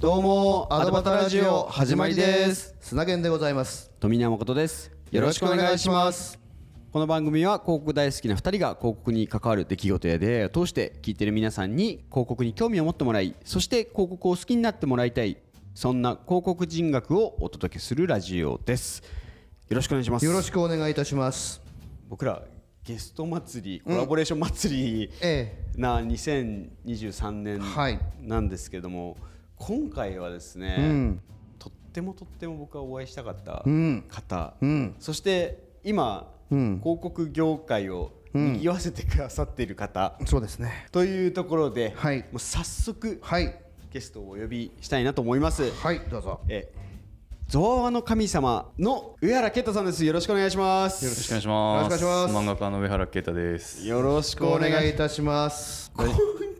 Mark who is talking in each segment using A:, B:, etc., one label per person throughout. A: どうもアドバタラジオ始まりです砂源でございます
B: 富永誠です
A: よろしくお願いします
B: この番組は広告大好きな2人が広告に関わる出来事や出会いを通して聞いてる皆さんに広告に興味を持ってもらいそして広告を好きになってもらいたいそんな広告人学をお届けするラジオですよろしくお願いします
A: よろしくお願いいたします
B: 僕らゲスト祭りコラボレーション祭り
A: ええ
B: な2023年
A: はい
B: なんですけども、今回はですね、
A: うん
B: とってもとっても僕はお会いしたかった
A: うん
B: 方、
A: うん
B: そして今、
A: うん
B: 広告業界を賑わせてくださっている方、
A: そうですね
B: というところで、
A: はい
B: もう早速
A: はい
B: ゲストをお呼びしたいなと思います。
A: はいどうぞ
B: え造話の神様の上原啓太さんです。よろしくお願いします。
C: よろしくお願いします。
A: よろしくお願いします
C: 漫画家の上原啓太です。
B: よろしくお願いします
A: いいたします
B: 今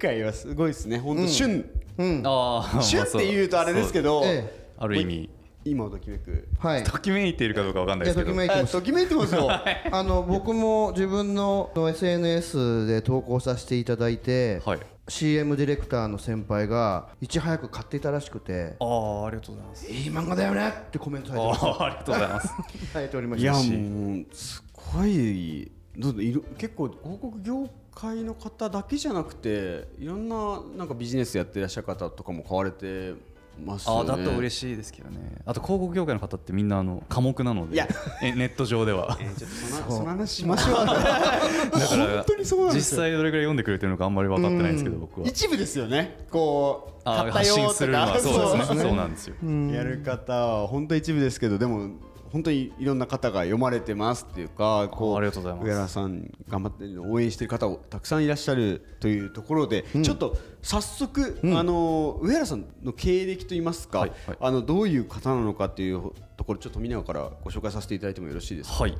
B: 回はすごいですね、本当、 旬、
A: うん
C: ああ
B: 旬って言うとあれですけ
C: ど、
B: ど、
A: ええ
C: ある意味
B: 今をときめく、
A: はい
C: ときめいているかどうかわかんないですけど、
A: いやときめいて
B: あときめいてます よ、
A: あの僕も自分の SNS で投稿させていただいて、
C: はい。
A: CM ディレクターの先輩がいち早く買っていたらしくて
C: ああありがとうございま
A: 「
C: す。
A: いい漫画だよね!」ってコメントされてまし
C: ああありがとうございます。
A: たされておりま
B: い
A: し
B: や、
A: た
B: も
A: し
B: う、すごい、どうぞいろ結構、広告業界の方だけじゃなくて、いろんななんかビジネスやってらっしゃる方とかも買われてます
C: あ
B: よ
C: あ
B: ね。
C: だと嬉
B: しい
C: しいですけどね。あと広告業界の方ってみんなあの寡黙なので、
B: いや
C: えネット上では。
B: ちょっとそのその話しましょう本当にそうなんです
C: 実
B: よ
C: 際どれくらい読んでくれてるのかあんまり分かってないんですけど、僕は。
B: 一部ですよねこう買っ
C: あー
B: た
C: 発
B: よ
C: 信
B: ー
C: す
B: と
C: るの
B: か
C: はそうですね。そうなんですよ。
B: やる方は本当一部ですけどでも本当にいろんな方が読まれてますっていうかこ
C: ありがとうございます
B: 上原さん頑張ってるの応援してる方をたくさんいらっしゃるというところで、ちょっと早速、あの上原さんの経歴といいますか、
C: はいはい
B: あのどういう方なのかというところちょっと見ながらご紹介させていただいてもよろしいですか。
C: はい。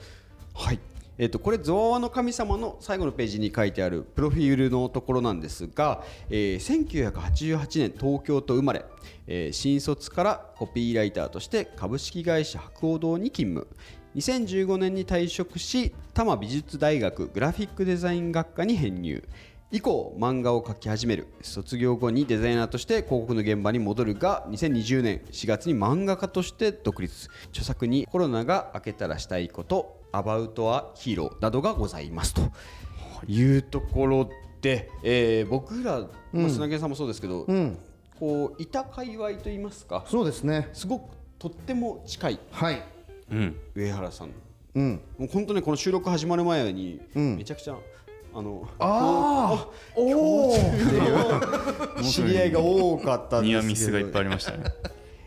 B: はい。えっとこれ「ゾワワの神様」の最後のページに書いてあるプロフィールのところなんですが、えー1988年東京と生まれ、えー新卒からコピーライターとして株式会社博報堂に勤務2015年に退職し多摩美術大学グラフィックデザイン学科に編入以降漫画を描き始める卒業後にデザイナーとして広告の現場に戻るが2020年4月に漫画家として独立著作にコロナが明けたらしたいことアバウトはヒーローなどがございますというところで、えー僕ら、まあ、砂毛さんもそうですけど、
A: ん
B: こういた界隈といいますか
A: そうですね
B: すごくとっても近い
A: はい
C: うん。
B: 上原さん
A: うん
B: もう本当にこの収録始まる前に、
A: ん
B: めちゃくちゃあの
A: あ
B: おお 知り合いが多かったんですけど
C: ニアミスがいっぱいありましたね。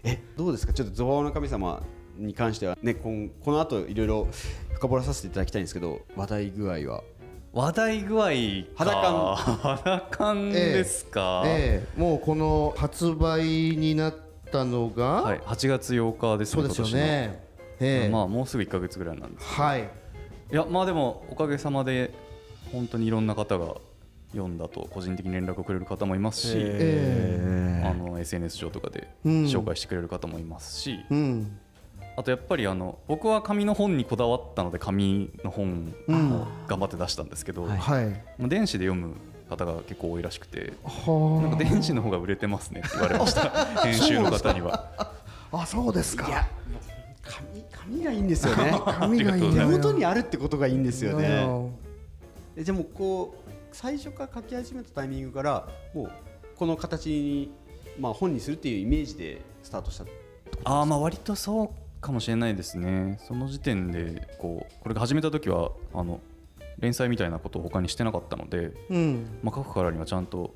B: えどうですかちょっと「ゾワオの神様」に関してはねこんこの後いろいろ深掘らさせていただきたいんですけど話題具合は
C: 話題具合か
B: 肌感
C: 肌感ですか、
A: ええもうこの発売になったのが、
C: はい、8月8日です
A: そうですよねえ
C: 今年
A: え
C: のまあもうすぐ1か月ぐらいなんです
A: はい
C: いやまあでもおかげさまで本当にいろんな方が読んだと個人的に連絡をくれる方もいますし、
A: え
C: あの SNS 上とかで
A: うん
C: 紹介してくれる方もいますし、
A: うん
C: あとやっぱりあの僕は紙の本にこだわったので紙の本を頑張って出したんですけど、ま
A: はい
C: あ電子で読む方が結構多いらしくてな
A: は
C: んか電子の方が売れてますねって言われました 編集の方には。
A: ああそうですか
B: 紙紙がいいんですよね
A: 紙がいいんだ
B: 手
A: よ
B: 元にあるってことがいいんですよ
A: なる
B: ね
A: ほ
B: えじゃあもうこう最初から書き始めたタイミングからもうこの形に、まあ、本にするっていうイメージでスタートした
C: あーまあ割とそうかもしれないですねその時点でこうこれが始めた時はあの連載みたいなことを他にしてなかったので、
A: どうん
C: まあ、書くからにはちゃんと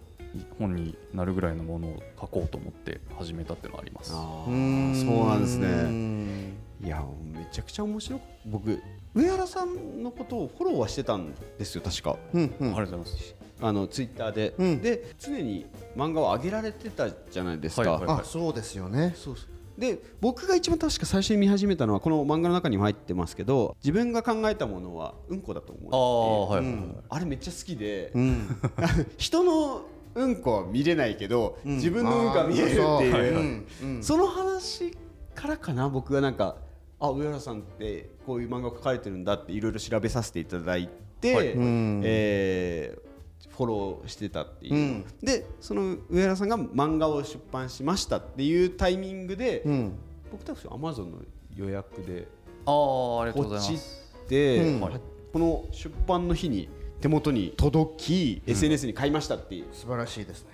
C: 本になるぐらいのものを書こうと思って始めたっていうのはあります
B: あ
A: う
B: ーそうなんですね
A: ね
B: いやめちゃくちゃ面白い僕上原さんのことをフォローはしてたんですよ確か
A: うんう
C: あり
A: ん
C: がとうございます
B: あのツイッターで、
A: うん
B: で常に漫画を上げられてたじゃないですか、
C: はいはい
A: あそうですよね
B: そうそうで僕が一番確か最初に見始めたのはこの漫画の中にも入ってますけど自分が考えたものはうんこだと思って
C: ああはい、
A: うん
B: あれめっちゃ好きで、
A: うん
B: 人のうんこは見れないけど、
A: うん
B: 自分のうんこは見えるって
A: あーそう
B: いう、
A: うんうん
B: その話からかな僕がなんかあ上原さんってこういう漫画を描かれてるんだっていろいろ調べさせていただいて、
C: はい
A: うん
B: えーフォローしてたっていう、
A: うん
B: でその上原さんが漫画を出版しましたっていうタイミングで、
A: うん
B: 僕たちアマゾンの予約で
C: あーありがとうご
B: ポ
C: ざい
B: チっ
C: ます
B: て、
A: うん
B: はいこの出版の日に手元に届き、SNS に買いましたっていう
A: 素晴らしいですね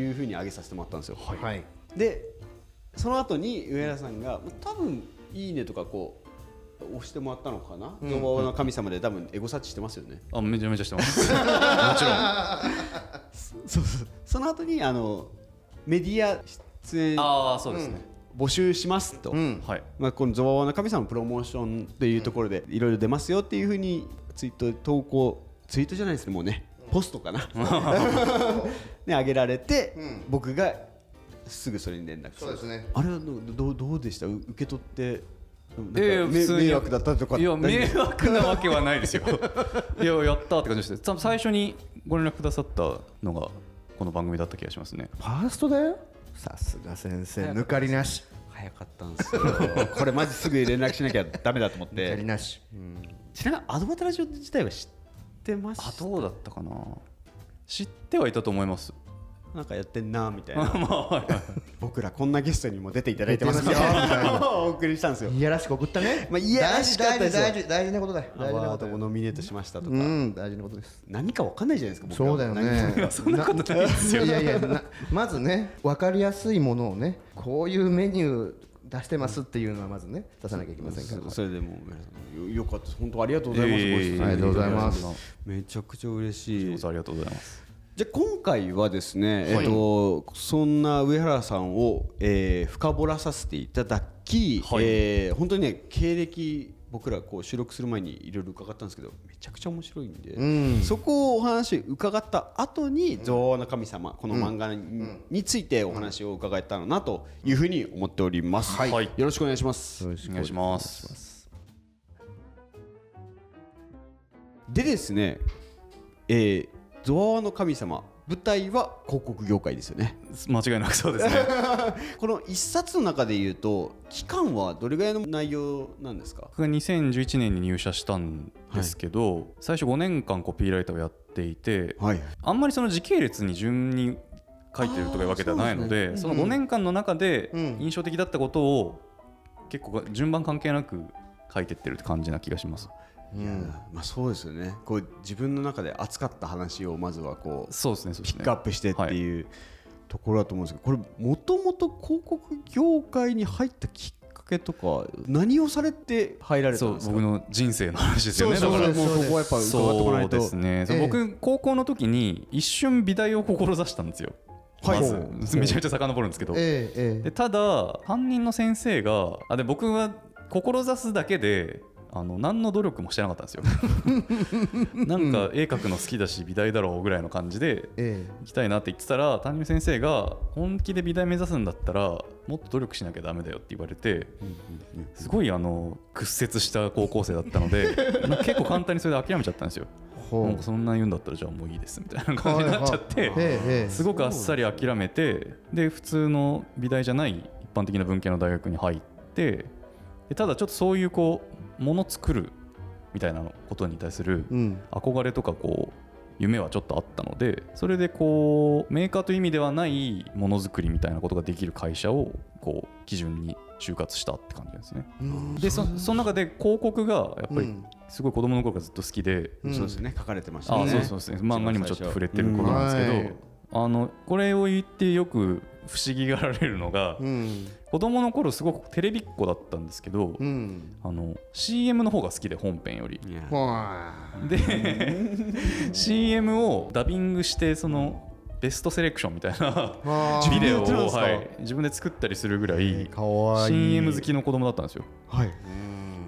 B: いうふうに上げさせてもらったんですよ。
A: はい
B: でその後に上原さんがまあ多分「いいね」とかこう押してもらったのかな「ゾワワの神様」で多分エゴサーチしてますよね。
C: あめちゃめちゃして ます
B: そうそうその後にあのメディア出演
C: ああそうですね、
B: 募集しますと、
A: うん
C: はい
B: まあ、この「ゾワワの神様」のプロモーションというところでいろいろ出ますよっていうふうにツイート投稿ツイートじゃないですねもうねポストかな ね上げられて、
A: うん
B: 僕がすぐそれに連絡す
A: そう
B: る
A: ですね
B: あれはどどうどうでしたう受け取ってなんか
C: ええ
B: め
C: 普通に
B: 迷惑だったとか
C: いや迷
B: 大丈
C: 惑なわけはないですよ いややったって感じです多分最初にご連絡くださったのがこの番組だった気がしますね
A: ファーストだよさすが先生抜かりなし
B: 夫早かったんですよ これマジすぐ連絡しなきゃダメだと思っ
A: 抜かり
B: て
A: なし
B: ちなみにアドバタラジオ自体は知ってま
C: あ
B: した
C: どうだったかな知ってはいたと思い ます
B: なんかやってんなみたいな
C: まあ はいはい
B: 僕らこんなゲストにも出ていただいてますよ
A: 出てますよみたい
B: お送りしたんですよ
A: いやらしく送ったね
B: まあいやらしかったですよ
A: 大事大事大事なことだよ
B: ア
A: 大事な
B: ワ
A: こ
B: ー
A: と
B: ドをノミネートしましたとか、
A: うん大事なことです
B: 何かわかんないじゃないですか僕ら
A: そう
B: は
A: だよ ね
C: そんなことないですよ
A: いやいやなまずね分かりやすいものをねこういうメニュー出してますっていうのはまずね出さなきゃいけませんから
B: そそれでも皆さんよよかったです本当ありがとうございます、
C: ええ
B: ご出演
A: ありがとうございます
B: ただいてめちゃくちゃ嬉
C: こち
B: し
C: ら
B: い
C: こそありがとうございます
B: じゃあ今回はですね、えっとそんな上原さんを、えー深掘らさせていただき、
C: はい
B: えー本当にね経歴僕らこう収録する前にいろいろ伺ったんですけどめちゃくちゃ面白いんで、そこをお話伺った後に「造、話の神様」この漫画に,、ついてお話を伺えたらなというふうに思っております、
C: はい
B: よろしくお願いします。
C: お願いします
B: でですね、えー、ゾワワの神様舞台は広告業界ですよね。
C: 間違いなくそうです ね
B: この一冊の中で言うと期間はどれぐらいの内容なんですか
C: 僕が2011年に入社したんですけど、最初5年間コピーライターをやっていて
B: はい
C: あんまりその時系列に順に書いてるとかいうわけではないのでその5年間の中で
A: うん
C: 印象的だったことを結構順番関係なく書いてってるって感じな気がします
B: いやまあそうですよねこう自分の中で扱った話をまずはこう
C: そうですねそうです
B: ピ
C: ね
B: ックアップしてっていうところだと思うんですけどこれもともと広告業界に入ったきっかけとか何をされて入られた
C: そ
B: ん
C: う
B: ですか
C: 僕の人生の話ですよね
B: そ
C: だ
B: う
C: か
B: そう
C: ら
A: だから
B: もうここはやっぱ伺ってこな
C: そ
B: いう
C: で
B: と
C: すね、そう
A: ええ
C: 僕高校の時に一瞬美大を志したんですよ、
B: はい
C: まず
B: ほう
C: めちゃめちゃ遡るんですけど、
A: えええ
C: でただ担任の先生があで僕は志すだけであの何の努力もしてなかった んですよなんか絵描くの好きだし美大だろうぐらいの感じで
A: ええ
C: 行きたいなって言ってたら担任の先生が本気で美大目指すんだったらもっと努力しなきゃダメだよって言われてすごいあの屈折した高校生だったの でなんか結構簡単にそれで諦めちゃったんですよ
A: えほ
C: なんかそんな言うんだったらじゃあもういいですみたいな感じになっちゃって、
A: はいはいええええ
C: すごくあっさり諦めてで普通の美大じゃない一般的な文系の大学に入ってでただちょっとそういうこうもの作るみたいなことに対する
A: うん
C: 憧れとかこう夢はちょっとあったのでそれでこうメーカーという意味ではないものづくりみたいなことができる会社をこう基準に就活したって感じですね。
A: うん
C: でそその中で広告がやっぱりすごい子供の頃からずっと好きで、
A: うん
B: そうですね書かれてましたね
C: あそうそうですね漫画にもちょっと触れてることなんですけど、
A: うんはい
C: あのこれを言ってよく不思議がられるのが、
A: うん
C: 子供の頃すごくテレビっ子だったんですけど、
A: うん
C: あの CM の方が好きで本編より。
B: いや
A: ほわ
C: で CM をダビングしてそのベストセレクションみたいな
A: あー
C: ビデオ
B: 自分でやってるんで
C: を、
B: すか
C: はい、自分で作ったりするぐらい
A: かわいい
C: CM 好きの子供だったんですよ。
B: はい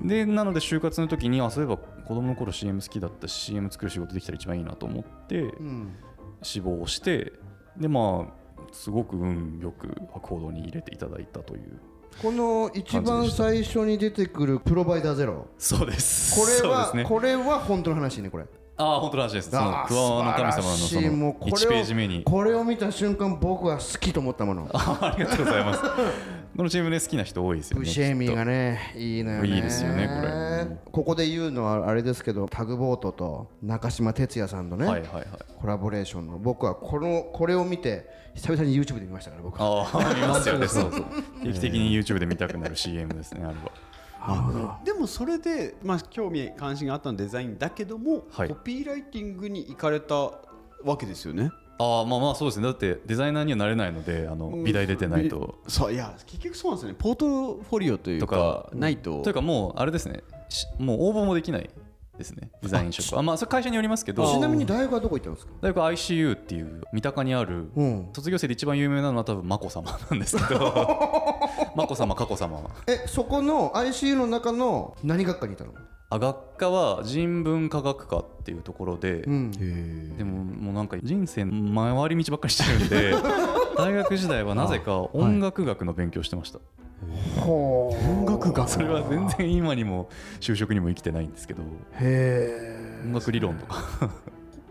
C: でなので就活の時にあそういえば子供の頃 CM 好きだったし CM 作る仕事できたら一番いいなと思って、
A: うん
C: 死亡してでまあすごく運よく博報堂に入れていただいたという
A: この一番最初に出てくるプロバイダーゼロ
C: そうです
A: これ
C: そうで
A: は
C: すね
A: これは本当の話ねこれ
C: ああ本当の話ですその
A: あー
C: クワワの神様
A: 素
C: のそ
A: 晴らしいもう
C: の
A: これを
C: 1ページ目 に
A: これを見た瞬間僕は好きと思ったもの
C: あありがとうございます。このチームね好きな人多いですよね。
A: ブシェーミーがねいいのよね
C: いいですよねこ
A: れここで言うのはあれですけどタグボートと中島哲也さんの
C: きっ
A: ね、
C: とはいはいはい。
A: コラボレーションの僕はこのこれを見て久々に YouTube で見ましたから僕
C: ああ見ますよね。そうそう。 定期的に YouTube で見たくなる CM ですねあれは。
B: でもそれで、まあ、興味関心があったのデザインだけども、
C: はい
B: コピーライティングに行かれたわけですよね。
C: ああまあまあそうですね。だってデザイナーにはなれないのであの美大出てないと。
B: びそういや結局そうなんですよねポートフォリオというか
C: とか
B: ないと
C: というかもうあれですね。しもう応募もできないですね。デザイン職は。あまあそれ会社によりますけ
B: あ
A: ち
C: ど。
A: なみに大学はどこ行ったんですか
C: 大学 ICU っていう三鷹にある
A: うん
C: 卒業生で一番有名なのは多分眞子さまなんですけど眞子さま佳子さまは
A: えそこの ICU の中の何学科にいたの
C: あ学科は人文科学科っていうところで、
A: うん
B: へ
C: でももうなんか人生の回り道ばっかりしてるんで大学時代はなぜか音楽学の勉強してました、
A: ほう
B: 音楽学
C: それは全然今にも就職にも生きてないんですけど
A: へ
C: 音楽理論とか
B: コ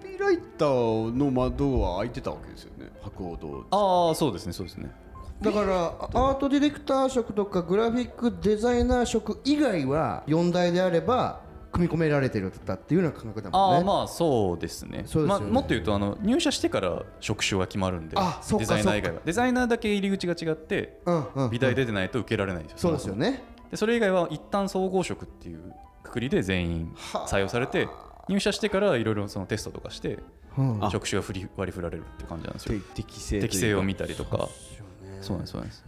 B: ピーライターの窓は開いてたわけですよね博報堂
C: ああそうですねそうですね
A: えだからアートディレクター職とかグラフィックデザイナー職以外は4大であれば組み込められてるったっていうような感覚だ
C: あ
A: も
C: あ、
A: んね
C: まあそうですね
A: そうですよね
C: まあ、もっと言うとあの入社してから職種が決まるんで
A: あそっか
C: デザイナー以外はデザイナーだけ入り口が違って
A: うんうん
C: 美大出てないと受けられないんです
A: そ
C: よ、
A: うですよね
C: でそれ以外は一旦総合職っていうくくりで全員採用されて入社してからいろいろそのテストとかして
A: うん
B: あ
C: 職種が振り割り振られるって感じなんですよ
B: て適性というか
C: 適性を見たりとかそうなんですそうなんです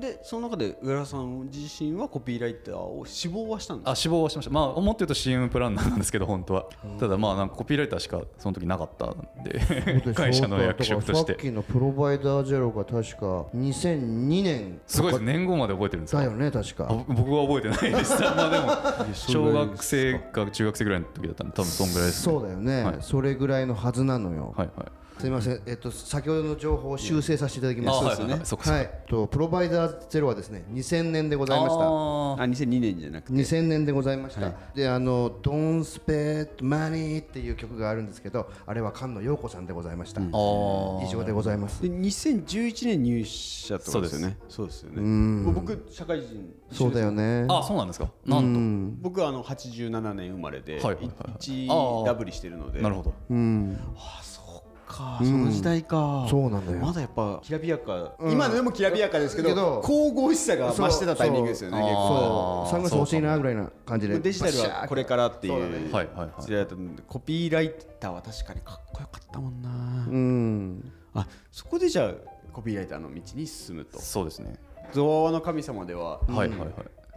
B: でその中で上原さん自身はコピーライターを志望はしたんです
C: あ
B: か
C: 志望はしましたまあ思ってると CM プランナーなんですけど本当はただまあなんかコピーライターしかその時なかったんで会社の役職とし
A: さってきのプロバイダーゼロが確か2002年
C: すごいです年号まで覚えてるんです
A: だ
C: か
A: よね確
C: あ
A: か
C: 僕は覚えてな いですまあでも
B: そ
C: 小
B: れぐらいで
C: 学生か中学生ぐらいの時だったんで多分そんぐらいですね
A: そうだよね、
C: はい
A: それぐらいのはずなのよ、
C: はいはい
A: すみません、えっと、先ほどの情報を修正させていただきます
C: あ
A: そう
C: は
A: ですね
C: いはいはいそっかそっか
A: はいえっとプロバイダーゼロはですね2000年でございました
C: あー
B: あ2002年じゃなくて
A: 2000年でございました、であの「Don't Spend Money」っていう曲があるんですけどあれは菅野陽子さんでございました、
C: あー
A: 以上でございます
B: で2011年入社とかですよねそうですよね僕社会人
A: そうだよね
C: あそうなんですかなんと
B: 僕はあの87年生まれで
C: はいはいはい
B: 1ダブリしてるので
C: なるほど
A: うん
B: あそっかその時代か
A: そうなんだよ
B: まだやっぱきらびやか
A: ん
B: 今でもきらびやかですけ
A: け
B: ど
A: ど
B: 神々しさが増してたタイミングですよね
C: そう
B: 結構
A: そうサングラス欲しいなぐらいな感じで
B: デジタル
A: バシャー
B: は
A: ッ
B: これからっていう
C: はいはいはい
B: 時代だったんでコピーライターは確かにかっこよかったもんな
A: うん
B: あそこでじゃあコピーライターの道に進むと
C: そうですね
B: 「ゾワワの神様」では
C: はいはいはい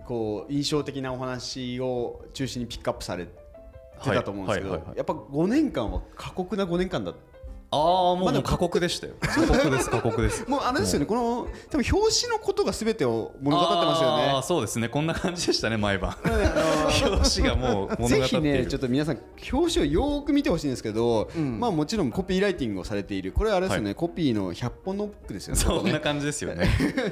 B: こう印象的なお話を中心にピックアップされてたと思うんですけど
C: はいはいはいはい
B: やっぱ5年間は過酷な5年間だった
C: ああも
B: ま
C: う
B: だ
C: もう過酷でしたよ過酷です過酷です
B: もうあれですよね、この多分表紙のことが全てを物語ってますよ
C: あー
B: ね。
C: そうですねこんな感じでしたね 毎晩表紙がもう物
B: ぜ
C: 語って
B: ひ
C: い
B: ね、
C: る
B: ちょっと皆さん、表紙をよーく見てほしいんですけど、まあもちろんコピーライティングをされている、これあれですよね、
C: は
B: コピーの100本ノックですよね。
C: そ
B: こ
C: ん
B: れ
C: な
B: ね
C: 感じですよ ね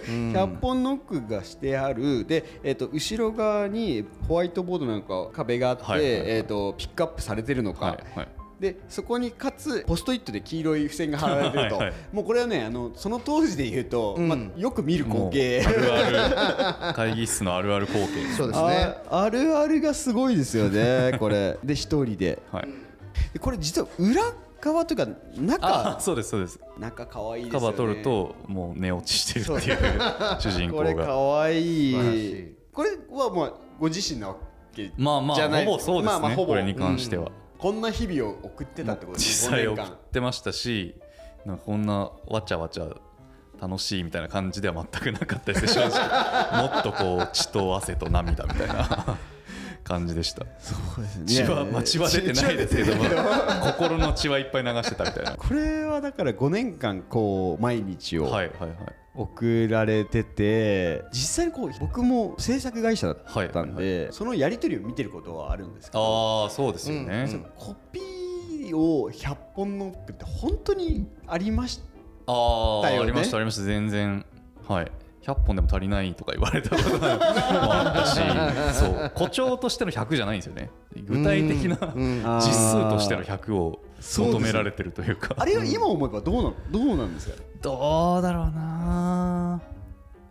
B: 100本ノックがしてある、で、えっと後ろ側にホワイトボードなんか壁があって、
C: はいはいはい
B: えっとピックアップされてるのか、
C: はいはい
B: でそこにかつポストイットで黄色い付箋が貼られてると
C: はいはい
B: もうこれはねあのその当時で言うと、まあ、よく見る光景
C: もうあるある会議室のあるある光景
A: そうですね
B: ああるあるがすごいですよねこれで一人で
C: はい
B: でこれ実は裏側というか
C: あ
B: 中
C: そうですそうです
B: 中可愛いです
C: カ
B: よね
C: バー取るともう寝落ちしてるっていう主人
B: こ
C: 公
B: れ
C: が
B: 可愛
A: 素晴らし
B: い
A: い
B: これはまあご自身なわけ
C: まあま
B: じゃ
C: あ
B: ない
C: ほぼそうで
B: ま
C: すね、
B: あまあほぼ
C: これに関しては、
B: こんな日々を送ってたってことです
C: 実
B: ね
C: 際
B: 5
C: 送
B: 年
C: っ
B: 間
C: てましたしなんかこんなわちゃわちゃ楽しいみたいな感じでは全くなかったですね正 直もっとこう血と汗と涙みたいな 感じでした血は、まあ、 血は出てないですけども心の血はいっぱい流してたみたいな
B: これはだから5年間こう毎日を
C: はいはいはい
B: 送られてて実際にこう僕も制作会社だったんで、
C: は
B: そのやり取りを見てることはあるんですけど
C: ああそうですよね、
B: そのコピーを100本ノックって本当にありました
C: ああ、
B: だよね
C: ありましたありました全然はい100本でも足りないとか言われたこともあったしそう誇張としての100じゃないんですよね具体的な
A: うんうん
B: あー
C: 実数としての100を求められてるというか
B: あれは今思えばどうなどうなんですか
C: どうだろうな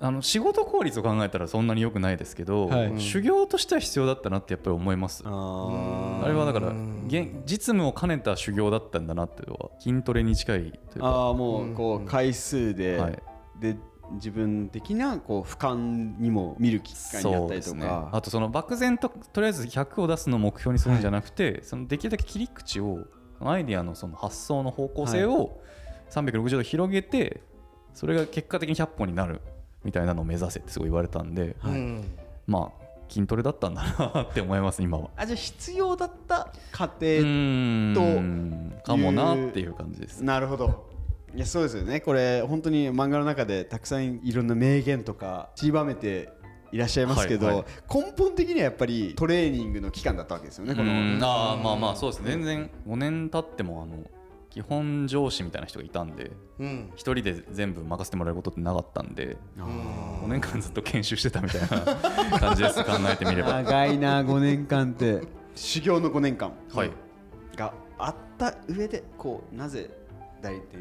C: あの仕事効率を考えたらそんなに良くないですけど、
B: はい
C: 修行としては必要だったなってやっぱり思いますあ
B: あ
C: れはだから
A: うん
C: 現実務を兼ねた修行だったんだなっていうのは筋トレに近いというか
B: あーもうこう回数で、
C: はい
B: で自分的なこう俯瞰にも見る機会にな
C: そ
B: っ
C: う
B: たり
C: で
B: とか、
C: すねあとその漠然ととりあえず100を出すのを目標にするんじゃなくて、そのできるだけ切り口をアイデアのその発想の方向性を360度広げて、それが結果的に100本になるみたいなのを目指せってすごい言われたんで、
A: うん
C: まあ筋トレだったんだなって思います今は。
B: あじゃあ必要だった過
C: う
B: 程
C: ーん
B: と
C: かもなっていう感じです。
B: なるほどいやそうですよねこれ本当に漫画の中でたくさんいろんな名言とか散りばめていらっしゃいますけど、
C: はいはい
B: 根本的にはやっぱりトレーニングの期間だったわけですよねこの
C: うんあーまあまあそうですね全然5年経ってもあの基本上司みたいな人がいたんで
A: うん
C: 一人で全部任せてもらえることってなかったんで
B: あ
C: 5年間ずっと研修してたみたいな感じです考えてみ
B: ー
C: れば。
B: 長いな5年間って修行の5年間
C: はい
B: があった上でこうなぜ代理店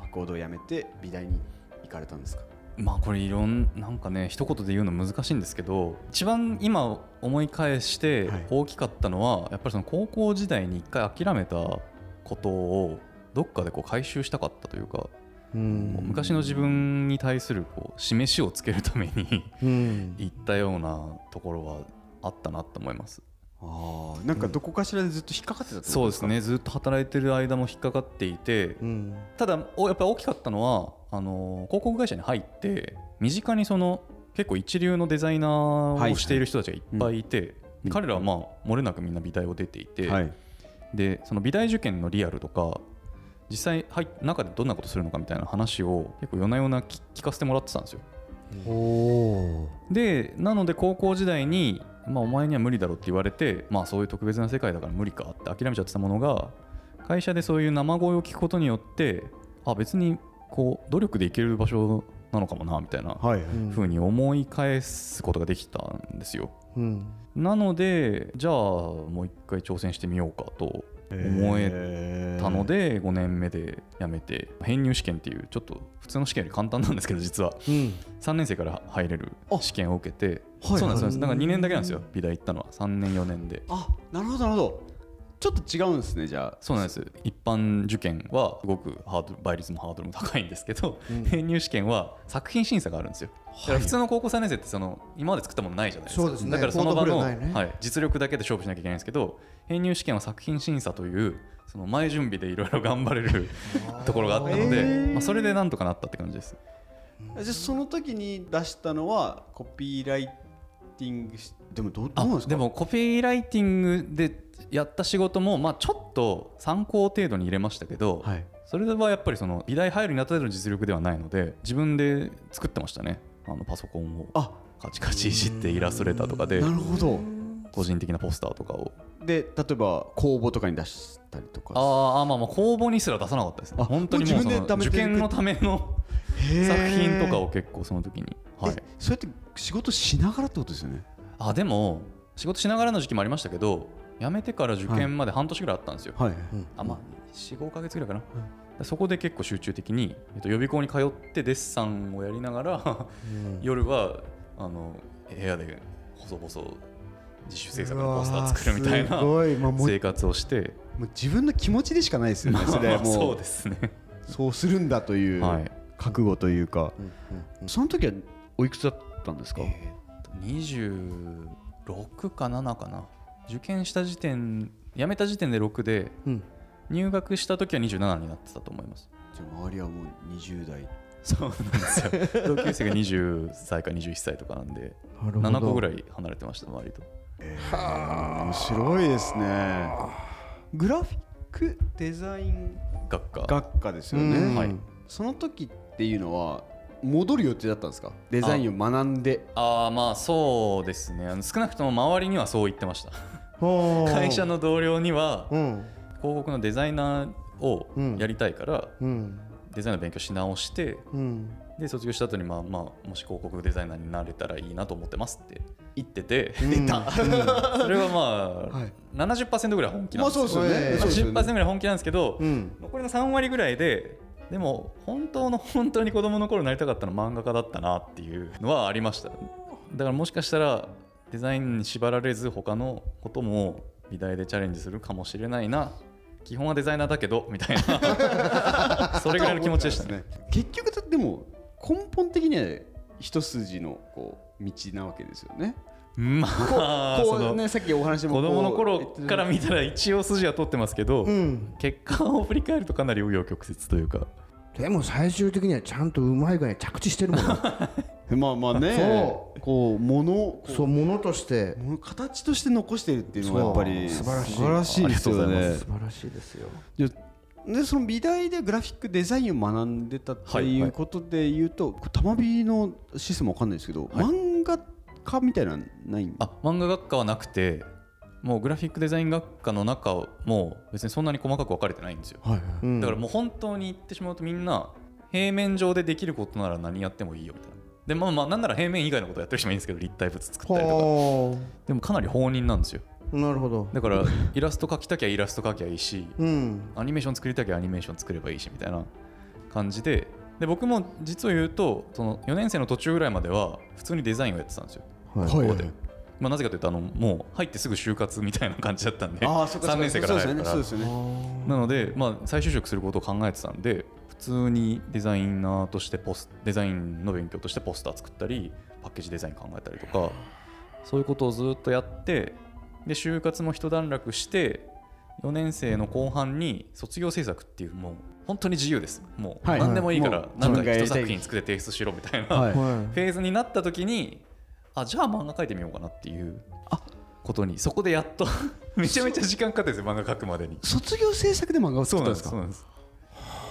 B: 博報堂を辞めて美大に行かれたんですか
C: まあこれいろんなんかね一言で言うの難しいんですけど一番今思い返して
B: はい
C: 大きかったのは、やっぱりその高校時代に一回諦めたことをどっかでこう回収したかったというか、
A: うん
C: 昔の自分に対するこう示しをつけるために
A: うん
C: 行ったようなところはあったなと思います。
B: ああなんかどこかしらでずっと引っかかってたってこと
C: そう
B: で
C: ですす
B: か
C: ねずっと働いてる間も引っかかっていて、
A: うん
C: ただおやっぱり大きかったのはあの広告会社に入って身近にその結構一流のデザイナーをしている人たちがいっぱいいて、
B: うん
C: 彼らはまあ漏れなくみんな美大を出ていて、
B: はい
C: でその美大受験のリアルとか実際入っ中でどんなことするのかみたいな話を結構夜な夜な聞聞かせてもらってたんですよ
B: おお
C: でなので高校時代に、まあ、お前には無理だろって言われて、まあ、そういう特別な世界だから無理かって諦めちゃってたものが会社でそういう生声を聞くことによってあ別にこう努力でいける場所なのかもなみたいな
B: はい
A: うん
C: 風に思い返すことができたんですよ。
A: うん
C: なのでじゃあもう一回挑戦してみようかと思え
B: え
C: たので5年目で辞めて編入試験っていうちょっと普通の試験より簡単なんですけど実は
A: うん
C: 3年生から入れる
B: あ
C: 試験を受けて、
B: はい
C: そ
B: はい
C: うなんです、そうなんですだから2年だけなんですよ、美大行ったのは、3年、4年で。
B: あなるほどなるほどちょっと違うんですねじゃあ
C: そうなんです一般受験はすごくハードル倍率もハードルも高いんですけど、編入試験は作品審査があるんですよ、だから普通の高校3年生ってその今まで作ったものないじゃないですか
A: そうですね
C: だからその場
A: ポート
C: の、
A: フォリオないね
C: はい、実力だけで勝負しなきゃいけないんですけど編入試験は作品審査というその前準備でいろいろ頑張れる ところがあったので、
B: へー
C: まあ、それでなんとかなったって感じです
B: えじゃあその時に出したのはコピーライティングしでもどうど
C: あ
B: うなんですか
C: でもコピーライティングでやった仕事も、まあ、ちょっと参考程度に入れましたけど、
B: はい
C: それはやっぱりその美大入るにあたっての実力ではないので自分で作ってましたねあのパソコンを
B: あ
C: カチカチいじってイラストレーターとかで
B: なるほど
C: 個人的なポスターとかを
B: で例えば公募とかに出したりとか
C: あーあーまあまあ公募にすら出さなかったですね
B: あ
C: 本当にもうそ
B: もう自分で貯
C: の
B: めて
C: 受
B: いく
C: 験のための
B: へー
C: 作品とかを結構その時に、はい
B: え、そうやって仕事しながらってことですよね
C: あでも仕事しながらの時期もありましたけど辞めてから受験まで半年ぐらいあったんですよ、
B: はい
C: あまあ45か月ぐらいかな、そこで結構集中的に、えっと、予備校に通ってデッサンをやりながら夜はあの部屋で細々自主制作のポスター作るみたいう
B: わ
C: な
B: ーすごい、まあ、もう
C: 生活をして
B: もう自分の気持ちでしかないですよねそれ
C: ま
B: は
C: あそ
B: も
C: う
B: う
C: ですね
B: そうするんだという
C: はい
B: 覚悟というかその時はおいくつだったんですか
C: えーっと26か7かな受験した時点辞めた時点で6で
A: うん
C: 入学した時は27になってたと思 います
B: じゃあ周りはもう20代
C: そうなんですよ同級生が20歳か21歳とかなんで7個ぐらい離れてました周りと
B: 面白いですねグラフィックデザイン
C: 学科
B: 学科ですよ
A: うん
B: ね
C: はい
B: その時っていうのは戻る予定だったんですかデザインを学んで
C: ああまあそうですねあの少なくとも周りにはそう言ってました会社
A: の
C: の同僚には
A: うん
C: 広告のデザイナーをやりたいから
A: うん
C: デザインの勉強し直して
A: うん
C: で卒業した後にまあまあもし広告デザイナーになれたらいいなと思ってますって行ってて、
A: 出た、
C: それはまあ、
B: はい
C: 70%ぐらい本気
B: ま
C: なん
B: あ
C: です
B: そう
C: よ、
B: ですよね
A: ええ
B: そうですよね
C: 10%ぐらい本気なんですけど、
A: うん、
C: 残りの3割ぐらいででも本当の本当に子供の頃になりたかったのは漫画家だったなっていうのはありましただからもしかしたらデザインに縛られず他のことも美大でチャレンジするかもしれないな基本はデザイナーだけどみたい なそれぐらいの気持ちでしたね
B: 結局だってでも根本的には一筋のこう道なわけですよね。
C: まあ
B: こ
C: そうの
B: ねさっきお話も
C: 子
B: こう
C: 供の頃から見たら一応筋は通ってますけど、
A: うん、
C: 結果を振り返るとかなり紆余曲折というか
A: でも最終的にはちゃんとうまい具合に着地してるもんな
B: まあまあね
A: そ
B: こうもの
A: そうものとして
B: 形として残してるっていうのはやっぱり
A: そう素晴らしい
B: 素晴らしいですよ
C: ありがとうござい
B: ね
C: ま
A: 素。晴らしいですよ
B: じゃでその美大でグラフィックデザインを学んでたって
C: はい
B: い
C: は
B: う
C: い
B: ことで言うと、これ玉美のシステムわかんないですけど、漫画家みたいなのないん
C: あ漫画学科はなくてもうグラフィックデザイン学科の中も別にそんなに細かく分かれてないんですよ
B: はい
A: うん
C: だからもう本当に言ってしまうとみんな平面上でできることなら何やってもいいよみたいなでまあまあなんなら平面以外のことやってる人もいいんですけど立体物作ったりとか
A: は
C: でもかなり放任なんですよ
A: あなるほど
C: だから イラスト描きたきゃイラスト描きゃいいし
A: うん
C: アニメーション作りたきゃアニメーション作ればいいしみたいな感じでで僕も実を言うとその4年生の途中ぐらいまでは普通にデザインをやってたんですよ
A: はい
B: はい
C: ここでまあ、なぜかというとあのもう入ってすぐ就活みたいな感じだったんで
B: ああそうか
C: 3年生から
B: そうで
C: 入るか
B: すよねそう
C: ら
B: ですよね
C: なので、まあ、再就職することを考えてたんで普通にデザイナーとしてポスデザインの勉強としてポスター作ったりパッケージデザイン考えたりとかそういうことをずっとやってで就活も一段落して4年生の後半に卒業制作っていうもう本当に自由ですもう
B: はい
C: 何でもいいか
B: も
C: ら
B: う
C: 何か
B: 自分がや
C: 一
B: りたい
C: 作品作って提出しろみたいな、
B: はい
A: は
C: フェーズになった時にあじゃあ漫画描いてみようかなっていうことにそこでやっと めちゃめちゃ時間かかってるんですよ漫画描くまでに
B: 卒業制作で漫画を作ったんです
C: そう
B: か
C: なんです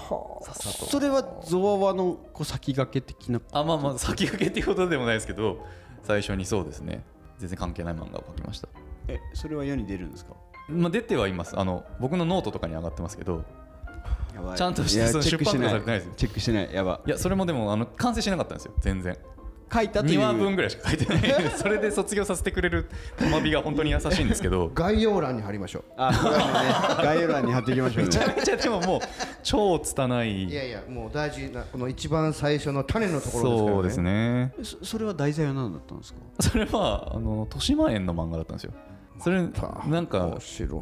C: さっさと
B: それはゾワワのこう先駆け的な
C: あまあまあ先駆けっていうことでもないですけど最初にそうですね全然関係ない漫画を描きました、
B: えそれは世に出るんですか
C: まあ、出てはいますあの僕のノートとかに上がってますけど
B: やばい
C: ちゃんとして
B: いや
C: その
B: チェックして
C: 出
B: ない
C: 版とかされてないですよ
B: チェックしてないやば
C: いやそれもでもあの完成しなかったんですよ全然
B: 書いたとい
C: 2
B: う
C: 話分ぐらいしか書いてない それで卒業させてくれる玉美が本当に優しいんですけど
A: い概要欄に貼りましょ
B: あそうだね概要欄に貼っていきましょう
C: めちゃ
B: ね
C: めちゃでももう 超拙
A: うい
C: い
A: やいやもう大事なこの一番最初の種のところですからね
C: そうですね
B: そそれは題材は何だったんですか
C: それはあの豊島園の漫画だったんですよそれなんか
A: 面白い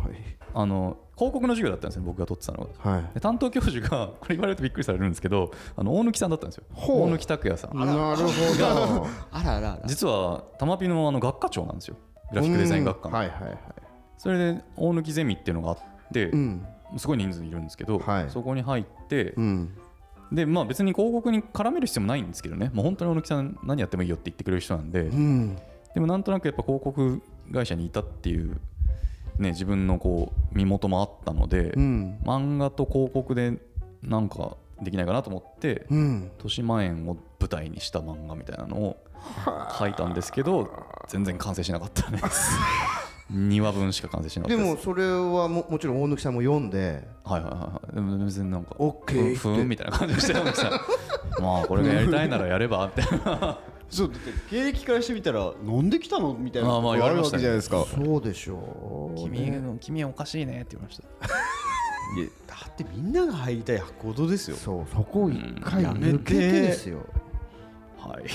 C: あの広告の授業だったんですね僕が取ってたのが
A: はい
C: で担当教授が これ言われるとびっくりされるんですけどあの大貫さんだったんですよ
A: ほう
C: 大貫拓也さん
A: なるほ ど
B: あらあらあら
C: 実は玉美のあの学科長なんですよグラフィックデザイン学科
A: う
C: の、
A: んはいはいはい
C: それで大貫ゼミっていうのがあって、
A: うん
C: すごい人数いるんですけど、
A: はい
C: そこに入って、
A: うん
C: でまあ別に広告に絡める必要もないんですけどねもう本当に大貫さん何やってもいいよって言ってくれる人なんで、
A: うん
C: でもなんとなくやっぱ広告会社にいたっていう、ね、自分のこう身元もあったので、
A: うん
C: 漫画と広告でなんかできないかなと思って、
A: うん
C: 豊島園を舞台にした漫画みたいなのを書いたんですけど全然完成しなかった です2話分しか完成しなか
A: で
C: ったです
A: もそれはももちろん大貫さんも読んで
C: はいはいはいはいでも別になんか
A: オッケーって
C: ふんふんみたいな感じ でしたよねまあこれがやりたいならやればみたいな
B: そうだって経歴からしてみたらなんで来たのみたいな
C: まあまあ言われましたね
B: あるわけじゃないですか
A: そうでしょうね
C: 君君おかしいねって言われました
B: いやだってみんなが入りたい行動ですよ
A: そうそこを一回
B: うんやめて
A: 抜けてですよ
C: はい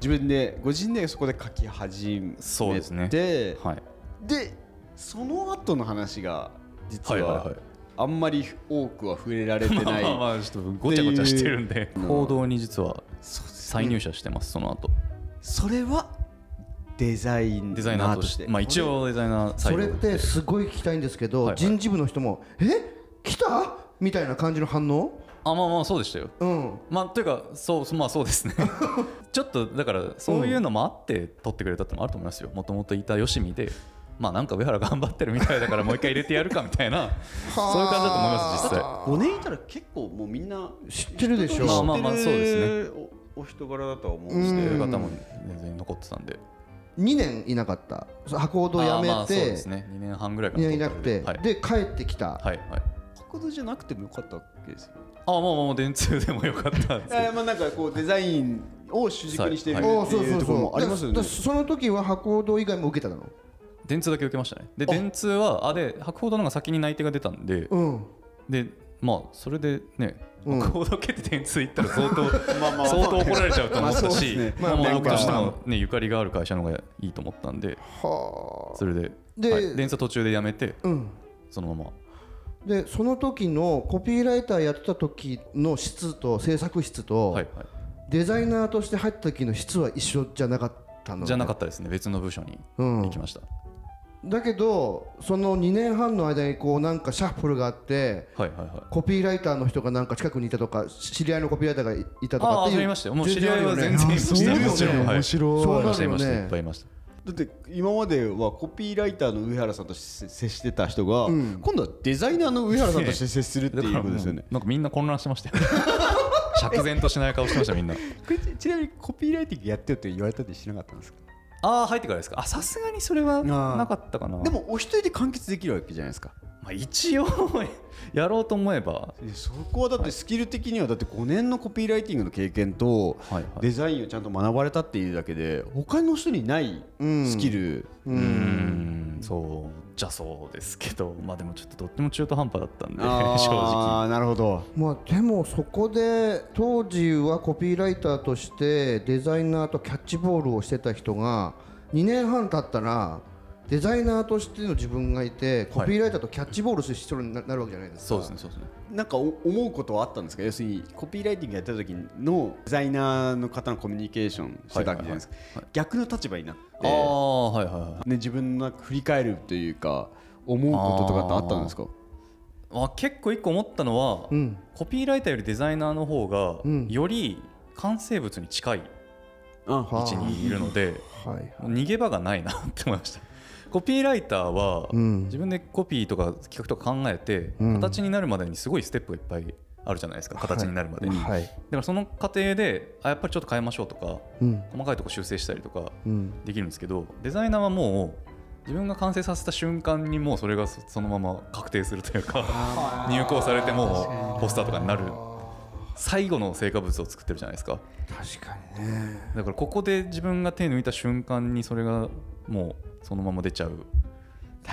B: 自分でご自身でそこで書き始めて
C: そうですね
B: で
C: はい
B: その後の話が実
C: はいはいは
B: はいあんまり多くは触れられて
C: ま
B: な
C: あ
B: い
C: まあまあちょっとごちゃごちゃしてるんで
B: うん
C: 行動に実は
B: そうです
C: 再入社してますその後
B: それはデザイン
C: デザイナーとしてまあ一応デザイナー
A: そ
C: 採
A: れ
C: 用
A: ってすごい聞きたいんですけど、
C: はいはい
A: 人事部の人も「え来た?」みたいな感じの反応
C: あまあまあそうでしたよ
A: うん
C: まあというかそうそうまあそうですねちょっとだからそういうのもあって取ってくれたってのもあると思いますよもともといたよしみでまあなんか上原頑張ってるみたいだからもう一回入れてやるかみたいなそういう感じだと思います実際
B: 5年いたら結構もうみんな
A: 知ってるでしょ、
C: まあまあまあそうです
B: ねお人柄だとは思う
A: うんん
B: です
C: そうい
B: け
C: う
B: ど
C: 方も全然残ってたんで
A: 2年いなかったそう箱
C: あ
A: をやめ
C: ーまあそう
A: て、
C: ですね2年半ぐらいか
A: 2年
C: な
A: いなくて、
C: はい
A: で帰ってきた、
C: はいはい
B: ことじゃなくてもよかったわけですよ
C: あまあまあまあ電通でもよかったんですけど
B: えーまあなんかこうデザインを主軸にしているって
A: おーそう
B: い
A: そうう
B: ところも
A: そう
B: ありますよ
A: だ
B: ね
A: だその時は博報堂以外も受けたの
C: 電通だけ受けましたねで電通はあで博報堂の方が先に内定が出たんで
A: うん
C: でまあそれでね
A: うん
C: 博報堂受けて電通行ったら相当
B: まあまあ
C: 相当怒られちゃうと思っ
B: まあ
C: たしまあ
B: そうですねまあ
C: まあ
B: なん
C: 僕
B: か
C: としてもねゆかりがある会社の方がいいと思ったんで
A: は
C: それで
A: で
C: はい電通は途中で辞めて
A: あうん
C: そのまま
A: でその時のコピーライターやってた時の質と制作室と、
C: はいはい
A: デザイナーとして入った時の質は一緒じゃなかったの、
C: じゃなかったですね別の部署に
A: うん
C: 行きました、
A: だけどその2年半の間にこうなんかシャッフルがあって
C: はいはいはい
A: コピーライターの人がなんか近くにいたとかし知り合いのコピーライターがいたとか
C: あ
A: っ
C: あ
A: て
C: ー
A: い
C: あり
A: う
C: ましたよもう知り合いは全
A: 全然あるよ
C: 然いま
A: ね
C: したよ
A: あ
C: もちろん
A: そう
D: 面白い
A: だよねそう
C: はいいましたい
A: な
C: ま
A: る
C: し
A: よね
C: たいっぱいいました
B: だって今まではコピーライターの上原さんとして接してた人が、今度はデザイナーの上原さんとして接するって
C: だか
B: いう
C: ら
B: ことですよ ね
C: もうなんかみんな混乱してましたよ釈然としない顔してましたみんな
B: これちちなみにコピーライティングやってよって言われたってしなかったんですか
C: ああ入ってからですかあさすがにそれはなかったかな
B: でもお一人で完結できるわけじゃないですか
C: まあ、一応やろうと思えば
B: いやそこはだってスキル的にはだって5年のコピーライティングの経験と
C: はいはい
B: デザインをちゃんと学ばれたっていうだけで他の人にない
A: うん
B: スキル、
A: う
C: うんんそうじゃそうですけどまあでもちょっとどっちも中途半端だった んで
B: あー
C: 正直
B: なるほど
A: まあでもそこで当時はコピーライターとしてデザイナーとキャッチボールをしてた人が2年半経ったらデザイナーとしての自分がいてコピーライターとキャッチボールする人にななるわけじゃないですか
C: そうですねそうですね
B: なんかお思うことはあったんですか要するにコピーライティングやってた時のデザイナーの方のコミュニケーションしてたわけじゃないですか、
C: はいはいはいは
B: 逆の立場になっ
C: あ
B: て、
C: あはいはいはい
B: ね、自分の振り返るというか思うこととかってあったんですか
C: まあ、結構一個思ったのは、
A: うん
C: コピーライターよりデザイナーの方が、
A: うん
C: より完成物に近い位
B: あ
A: は
C: 置にいるので
A: はいはい
C: 逃げ場がないなって思いましたコピーライターは、
A: うん
C: 自分でコピーとか企画とか考えて、
A: うん
C: 形になるまでにすごいステップがいっぱいあるじゃないですか形になるまでに、
A: はい
C: でもその過程であやっぱりちょっと変えましょうとか
A: うん
C: 細かいとこ修正したりとか
A: うん
C: できるんですけどデザイナーはもう自分が完成させた瞬間にもうそれがそそのまま確定するというか入稿されてもうポスターとかになる最後の成果物を作ってるじゃないですか
A: 確かにね
C: だからここで自分が手抜いた瞬間にそれがもうそのまま出ちゃう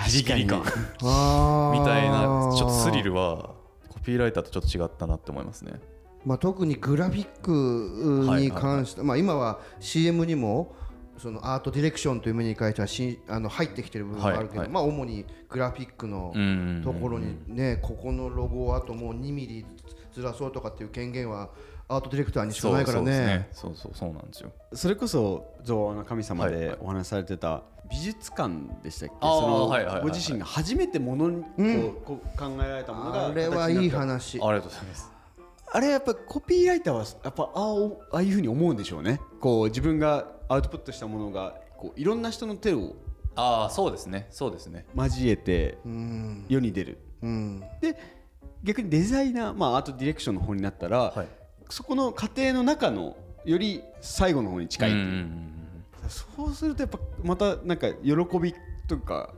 C: ギリギリ感
A: あ
C: み
A: ー
C: たいなちょっとスリルはコピーライターとちょっと違ったなって思いますね
A: まあ、特にグラフィックに関して、まあ、今は CM にもそのアートディレクションという目に関してはしあの入ってきてる部分があるけど、
C: はいはい
A: まあ、主にグラフィックの
C: うん
A: ところにねここのロゴをあともう2ミリずらそうとかっていう権限はアートディレクターにしかないからね
C: そうそうそうそうなんですよ
B: それこそ「造話の神様」
C: はいは
B: で
C: い
B: お話しされてた美術館でしたっけ、
C: あー
B: その
C: はいはいはいはい
B: ご自身が初めてものにこう、
A: うん
B: こう考えられたものが
A: あれはいい話
C: ありがとうございます
B: あれやっぱコピーライターはやっぱああおああいうふうに思うんでしょうねこう自分がアウトプットしたものがこういろんな人の手を
C: ああそうですねそうですね
B: 交えて
A: うん
B: 世に出る
A: うん
B: で逆にデザイナー、まあ、アートディレクションの方になったら、
C: はい
B: そこの過程の中のより最後の方に近い、
C: うんうんうん
B: そうするとやっぱまたなんか喜びとか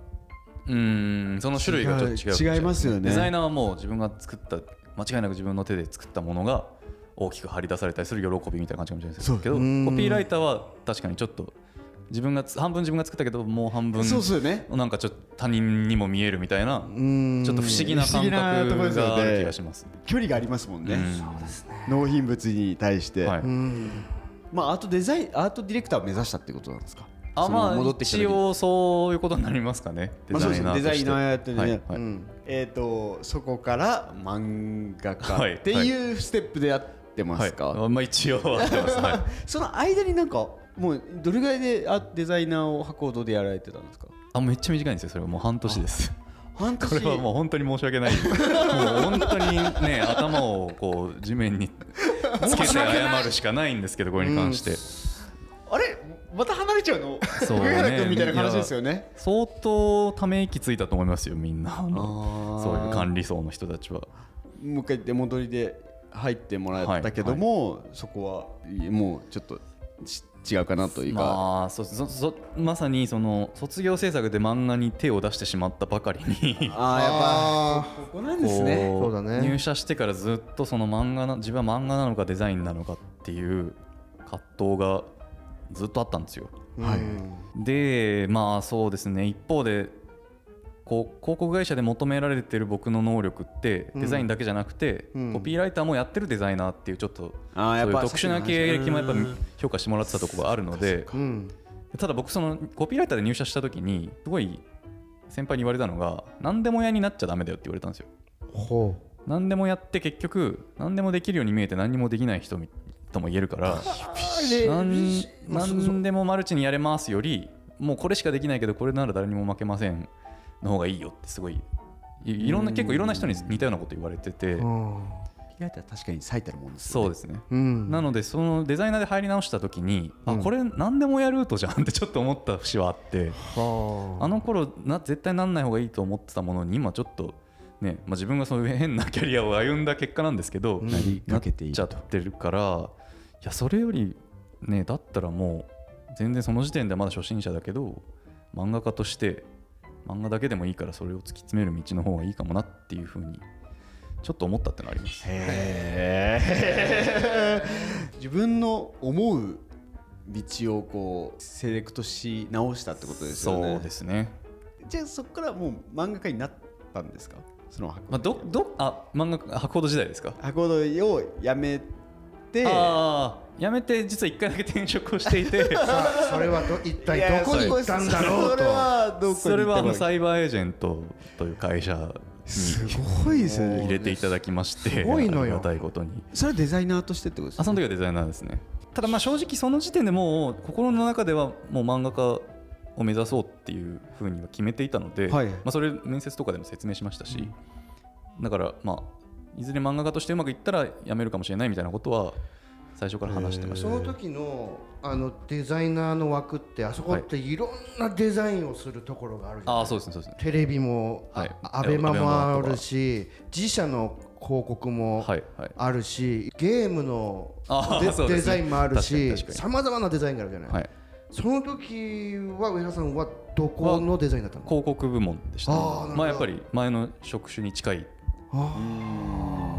C: うーんその種類がちょっと違
B: 違う
C: う
B: 違いますよね
C: デザイナーはもう自分が作った間違いなく自分の手で作ったものが大きく張り出されたりする喜びみたいな感じかもしれないですけど
A: う
C: コ
A: ん
C: ピーライターは確かにちょっと自分がつ半分自分が作ったけどもう半分
B: そうですよね
C: なんかちょっと他人にも見えるみたいな
A: うん
C: ちょっと不思議な感
B: 不思議なところで
C: 覚
B: すよね
C: がある気がします。
B: 距離がありますもんね、
C: うん
B: 納品物に対して、
C: はい
A: うん
B: まあアートデザインアートディレクターを目指したってことなんですか
C: あ
B: その
C: まあ
B: 戻ってきた時
C: 一
B: に
C: 応そういうことになりますかねデ
B: まあそう
C: ザ
B: ですねデザ
C: イナーとして、
B: イナーやってね
C: はいは
A: う
C: い
A: ん
B: えー、とそこから漫画
C: は
B: 家
C: い
B: っていうステップでやってますか、
C: はいまあ一応は合ってます、 はい
B: その間になんかもうどれぐらいであデザイナーを博報堂でやられてたんですか
C: あめっちゃ短いんですよそれはもう半年です
B: 半
C: これはもう本当に申し訳ないもう本当にね頭をこう地面につけて謝るしかないんですけどこれに関して、
B: あれまた離れちゃうの
C: そうね
B: 上原君みたいな話ですよね
C: 相当ため息ついたと思いますよみんなあ
B: あ
C: の
B: ー
C: そういう管理層の人たちは
B: もう一回出戻りで入ってもらったけども、そこはもうちょっとし違うかなというか、
C: まあそうそそまさにその卒業制作で漫画に手を出してしまったばかりに
B: あ
A: あ
D: ここなんですね。
A: そうだね
C: 入社してからずっとその漫画な自分は漫画なのかデザインなのかっていう葛藤がずっとあったんですよ
A: ー
B: はい
A: うん
C: でまあそうですね一方でこう広告会社で求められてる僕の能力って
A: うん
C: デザインだけじゃなくて、
A: うん
C: コピーライターもやってるデザイナーっていうちょっと
B: あー
C: そう
B: や
C: い
B: っ
C: う
B: ぱ
C: 特殊な経歴もやっぱ
D: うん
C: 評価してもらってたところがあるので
A: うん
C: ただ僕そのコピーライターで入社した時にすごい先輩に言われたのが何でも屋になっちゃダメだよって言われたんですよ
A: ほ
C: 何でもやって結局何でもできるように見えて何にもできない人みとも言え るから何何でもマルチにやれますよりもうこれしかできないけどこれなら誰にも負けませんの方がいいよってすごいいいろんな結構いろんな人に似たようなこと言われてて
A: ううん
B: 意外と確かに最たるもんですよ
C: そう
B: ね
C: ですね
A: うん
C: なのでそのデザイナーで入り直した時にあ
A: うん
C: これ何でもやるートじゃんってちょっと思った節はあって
A: はあ
C: あの頃な絶対なんない方がいいと思ってたものに今ちょっとねまあ自分がそういう変なキャリアを歩んだ結果なんですけど、
A: うん
B: なりかけてい
C: っ
B: い
C: ちゃってるからいやそれよりねだったらもう全然その時点ではまだ初心者だけど漫画家として漫画だけでもいいからそれを突き詰める道の方がいいかもなっていうふうにちょっと思ったってのがあります
B: へー自分の思う道をこうセレクトし直したってことですよね
C: そうですね、
B: じゃあそこからもう漫画家になったんですかその箱
C: まあ、どどあ漫画博報堂時代ですか
B: 箱の絵をやめて
C: ああやめて実は1回だけ転職をしていて
A: さあそれはど一
B: い
A: 体
B: や
A: どこに行ったんだろう
B: それ
A: と
B: はどこに行ったの
C: それはあのサイバーエージェントという会社
B: す
C: に
B: ごいですよね
C: 入れていただきまして
A: すごいのよ
C: ありがたいことに
B: それはデザイナーとしてってことですか
C: あその時はデザイナーですねただまあ正直その時点でもう心の中ではもう漫画家を目指そうっていうふうには決めていたので、
B: はい
C: まあ、それ面接とかでも説明しましたし、だからまあいずれ漫画家としてうまくいったら辞めるかもしれないみたいなことは最初から話してました
A: その時のあのデザイナーの枠ってあそこっていろんなデザインをするところがあるじゃん
C: ああそうですねそうですね
A: テレビも、
C: はい
A: アベマ
C: アベマ
A: もあ
C: とか
A: るし自社の広告も
C: はいはい
A: あるし、ゲームの
C: あー
A: デ,、
C: そうですね
A: ザインもある
C: 確か
A: し
C: に確かに
A: さまざまなデザインがあるじゃない、
C: はい
A: その時は上田さんはどこのデザインだったの
C: 広告部門でした、
A: あーなるほど
C: まあやっぱり前の職種に近い
A: あ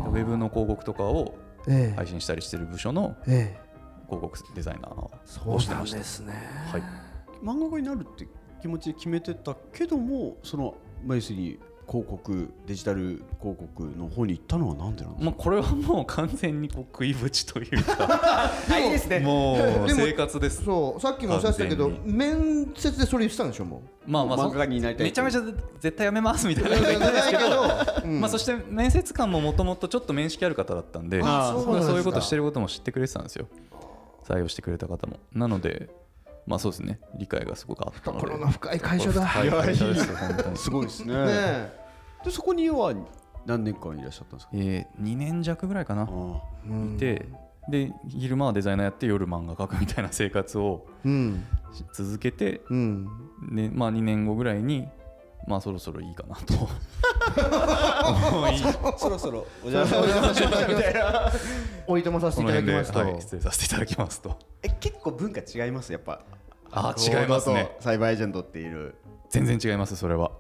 C: ウェブの広告とかを
A: ーええ
C: 配信したりしてる部署の
A: ええ
C: 広告デザイナー
A: そ
C: をし
A: う
C: て
A: な
C: ま
A: ん
C: した
A: ですね
C: はい
B: 漫画家になるって気持ちで決めてたけどもそのまあ要するに広告デジタル広告の方に行ったのはなんでなんです
C: まあ、これはもう完全にこう食いぶちというか
D: はい、いいですね。
C: もう
A: でも
C: 生活です
A: そうさっきもおっしゃってたけど
C: 完
A: 面接でそれ言ってたんでしょも
C: まあまあそ
B: 漫画家になりたい
C: めちゃめちゃ絶対やめますみたいうなこと言ってたんですけ ど
A: だけどうん
C: まあそして面接官ももともとちょっと面識ある方だったんで
A: あ
C: そう
A: そうなんですか
C: そういうことしてることも知ってくれてたんですよ採用してくれた方もなのでまあそうですね理解がすごくあったので
A: 懐の深い会社だ
C: はい
A: ね
C: 会社ですよ本当に
B: かすごいですね
A: え
B: でそこには何年間いらっしゃったんですか
C: えー2年弱ぐらいかな
B: あ
A: うん
C: いてで昼間はデザイナーやって夜漫画描くみたいな生活を
A: うん
C: し続けて
A: うん
C: でまあ2年後ぐらいにまあそろそろいいかな と思い
B: あそろそ ろお邪魔しましょうかみたいな
A: おいとまさせて
C: こ
A: いただ
C: の辺
A: き
C: で、
A: ますと、
C: はい、失礼させていただきますと
B: え結構文化違いますやっぱ
C: あー違いますね
B: サイバーエージェントっていう
C: 全然違いますそれは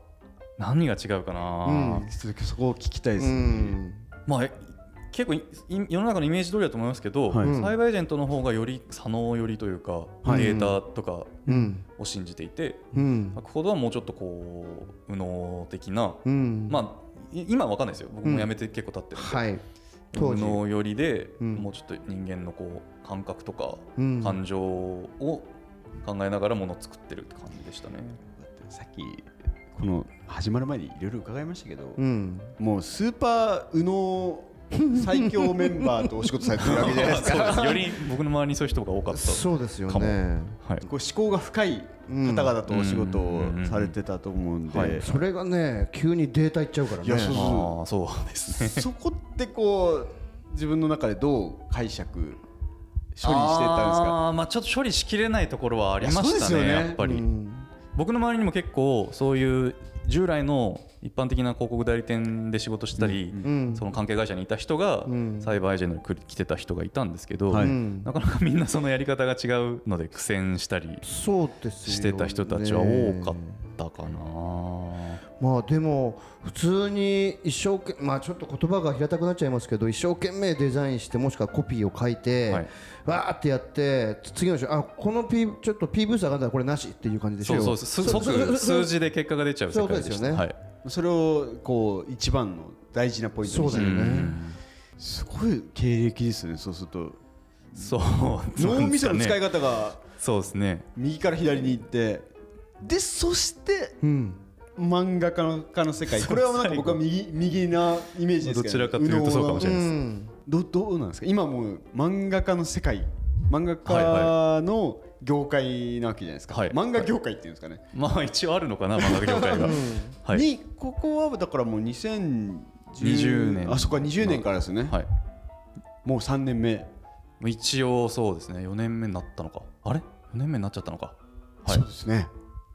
C: 何が違うかな、
A: うん
B: そこを聞きたいで
A: う
B: すね
A: ん
C: まあえ結構いい世の中のイメージ通りだと思いますけど、
B: はい
A: うん
C: サイバーエージェントの方がより左脳寄りというか、
A: はい
C: データとか
A: うん
C: を信じていて
A: うん
C: 博報堂はもうちょっとこう右脳的な、
A: うん
C: まあい今は分かんないですよ僕も辞めて結構経 ってるんで、
A: はい当
C: 右
A: 時
C: 脳寄りで、
A: うん
C: もうちょっと人間のこう感覚とか
A: うん
C: 感情を考えながらものを作ってるって感じでしたね。
B: だってさっきこの始まる前にいろいろ伺いましたけど、
A: うん
B: もうスーパー右脳最強メンバーとお仕事されてるわけじゃないです
C: そうです
B: か。
C: より僕の周りにそういう人が多かった。
A: そうですよ
C: かも
A: ね
C: はい。
B: こう思考が深い方々とお仕事をされてたと思うんで、
C: うんうんうんうん
A: それがね急にデータいっちゃうから
B: いやそう
A: ね
B: そ
C: ああ、そうですね。
B: そこってこう自分の中でどう解釈処理してたんですか
C: あーまあちょっと処理しきれないところはありま
B: いやそう
C: し
B: で
C: た
B: すよ
C: ね。
B: ね
C: やっぱり、
A: うん
C: 僕の周りにも結構そういう従来の一般的な広告代理店で仕事したり、
A: うん
C: その関係会社にいた人が、
A: うん
C: サイバーエージェントに来る来てた人がいたんですけど、
B: はい
A: うん
C: なかなかみんなそのやり方が違うので苦戦したり
A: そうですよね
C: してた人たちは多かったかな。
A: まあでも普通に一生懸まあちょっと言葉が平たくなっちゃいますけど一生懸命デザインしてもしくはコピーを書いて、
C: はい
A: わーってやって次の人あこの P ちょっと PV 差があったらこれなしっていう感じでし
C: そ
A: ょ
C: うそうす
A: そうそうそう
C: 即数字で結果が出ちゃう世界でした
A: そういうことですよね
C: はい
B: それをこう一番の大事なポイントにして
A: そうだよね
C: うん
B: すごい経歴ですねそうすると
C: そう
B: 脳みその使い方
C: 方
B: が
C: そうですね
B: 右から左に行ってでそして
A: うん
B: 漫画家の家の世界これはなんか僕は右右なイメージですけど、
C: どちらかというとそうかもし
A: う
C: れないです
A: ん
B: どどうなんですか今もう漫画家の世界漫画
C: は
B: 家
C: い
B: の業界なわけじゃないですか、
C: はい
B: 漫画業界っていうんですかね、
C: まあ一応あるのかな漫画業界がはい
B: にここはだからもう2010
C: 20年
B: あそこは20年からですね、
C: はい
B: もう3年目
C: もう一応そうですね4年目になったのかあれ4年目になっちゃったのかはい
B: そうですね